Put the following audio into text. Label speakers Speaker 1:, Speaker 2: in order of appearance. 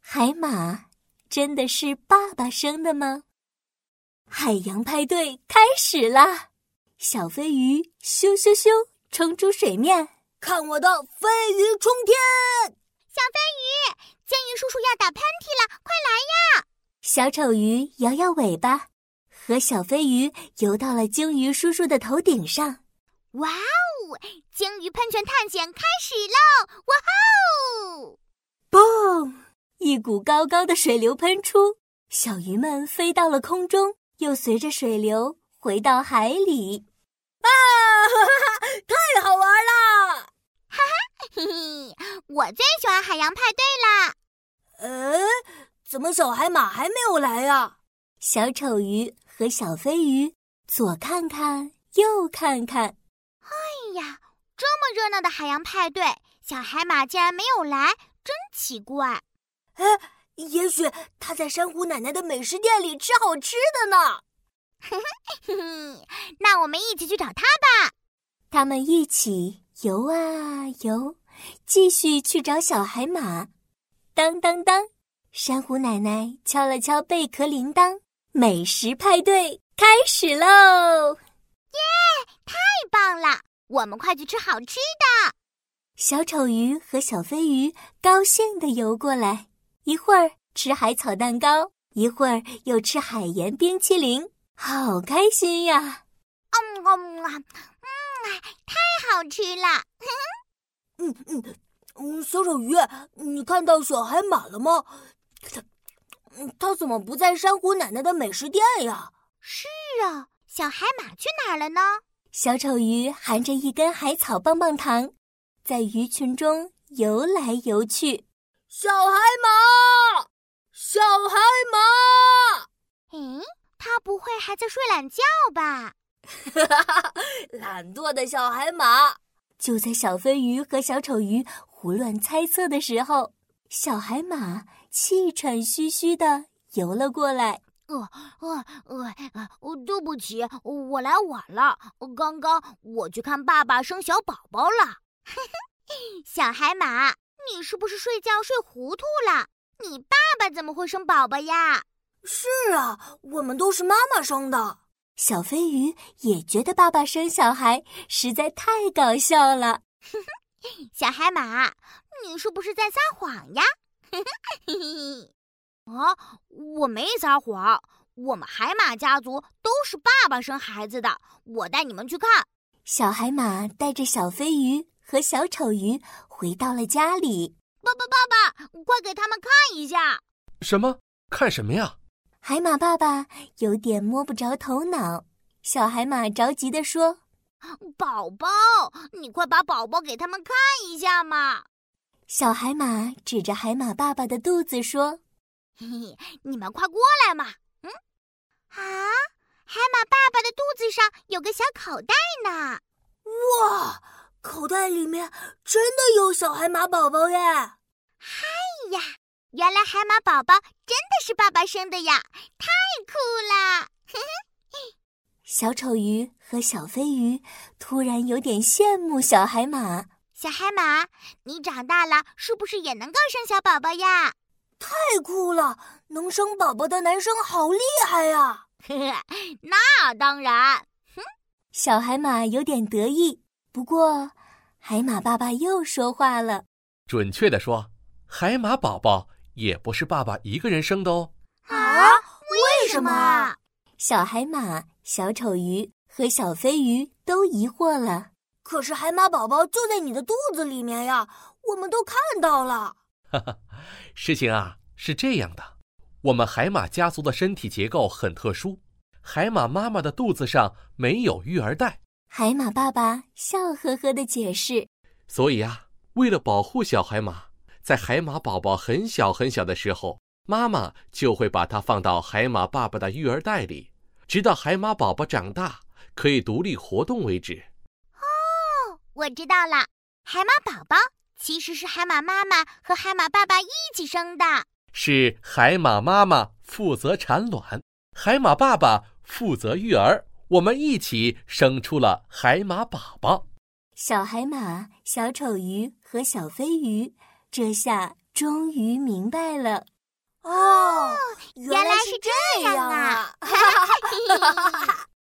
Speaker 1: 海马真的是爸爸生的吗？海洋派对开始啦！小飞鱼咻咻咻冲出水面，
Speaker 2: 看我的飞鱼冲天！
Speaker 3: 小飞鱼，建议叔叔要打喷嚏了，快来呀！
Speaker 1: 小丑鱼摇摇尾巴，和小飞鱼游到了鲸鱼叔叔的头顶上。
Speaker 3: 哇哦！鲸鱼喷泉探险开始喽！哇哦！
Speaker 1: 嘣！一股高高的水流喷出，小鱼们飞到了空中，又随着水流回到海里。
Speaker 2: 啊！哈哈哈！太好玩了！
Speaker 3: 嘿嘿，我最喜欢海洋派对啦！
Speaker 1: 呃
Speaker 2: 哎，怎么小海马还没有来呀、
Speaker 1: 啊小丑鱼和小飞鱼左看看，右看看。
Speaker 3: 哎呀，这么热闹的海洋派对，小海马竟然没有来，真奇怪。
Speaker 2: 也许它在珊瑚奶奶的美食店里吃好吃的呢。
Speaker 3: 嘿嘿，那我们一起去找它吧。
Speaker 1: 他们一起游啊游，继续去找小海马。当当当，珊瑚奶奶敲了敲贝壳铃铛，美食派对开始喽！
Speaker 3: 太棒了，我们快去吃好吃的。
Speaker 1: 小丑鱼和小飞鱼高兴地游过来，一会儿吃海草蛋糕，一会儿又吃海盐冰淇淋，好开心呀！
Speaker 3: 嗯嗯啊，嗯，太好吃了。
Speaker 2: 嗯嗯嗯，小丑鱼，你看到小海马了吗？它，嗯它怎么不在珊瑚奶奶的美食店呀？
Speaker 3: 是啊，小海马去哪儿了呢？
Speaker 1: 小丑鱼含着一根海草棒棒糖，在鱼群中游来游去。
Speaker 2: 小海马，小海马，
Speaker 3: 诶，它不会还在睡懒觉吧？
Speaker 2: 哈哈哈， 懒惰的小海马。
Speaker 1: 就在小飞鱼和小丑鱼胡乱猜测的时候，小海马气喘吁吁地游了过来。
Speaker 3: 呃呃呃，对不起，我来晚了。呃刚刚我去看爸爸生小宝宝了。 小海马，你是不是睡觉睡糊涂了？你爸爸怎么会生宝宝呀？
Speaker 2: 是啊，我们都是妈妈生的。
Speaker 1: 小飞鱼也觉得爸爸生小孩实在太搞笑了。
Speaker 3: 小海马，你是不是在撒谎呀？ 啊，我没撒谎，我们海马家族都是爸爸生孩子的，我带你们去看。
Speaker 1: 小海马带着小飞鱼和小丑鱼回到了家里。
Speaker 3: 爸爸，爸爸，快给他们看一下！
Speaker 4: 什么？看什么呀？
Speaker 1: 海马爸爸有点摸不着头脑。小海马着急地说
Speaker 3: 宝宝，你快把宝宝给他们看一下嘛！：“
Speaker 1: 小海马指着海马爸爸的肚子说，
Speaker 3: 嘿嘿，你们快过来嘛！嗯，啊，海马爸爸的肚子上有个小口袋呢。
Speaker 2: 哇，口袋里面真的有小海马宝宝耶！
Speaker 3: 哎呀，原来海马宝宝真的是爸爸生的呀，太酷了！
Speaker 1: 小丑鱼和小飞鱼突然有点羡慕小海马。
Speaker 3: 小海马，你长大了是不是也能够生小宝宝呀？
Speaker 2: 太酷了，能生宝宝的男生好厉害呀、
Speaker 3: 那当然。
Speaker 1: 小海马有点得意。不过，海马爸爸又说话了
Speaker 4: 准确的说，海马宝宝也不是爸爸一个人生的哦。
Speaker 2: 啊？
Speaker 3: 为
Speaker 2: 什么？啊
Speaker 1: 小海马、小丑鱼和小飞鱼都疑惑了。
Speaker 2: 可是海马宝宝就在你的肚子里面呀，我们都看到了。
Speaker 4: 事情啊是这样的，我们海马家族的身体结构很特殊，海马妈妈的肚子上没有育儿袋，
Speaker 1: 海马爸爸笑呵呵地解释
Speaker 4: 所以啊，为了保护小海马，在海马宝宝很小很小的时候，妈妈就会把它放到海马爸爸的育儿袋里，直到海马宝宝长大可以独立活动为止。
Speaker 3: 我知道了，海马宝宝其实是海马妈妈和海马爸爸一起生的。
Speaker 4: 是海马妈妈负责产卵，海马爸爸负责育儿，我们一起生出了海马宝宝。：“
Speaker 1: 小海马、小丑鱼和小飞鱼，这下终于明白了。”哦，
Speaker 2: 啊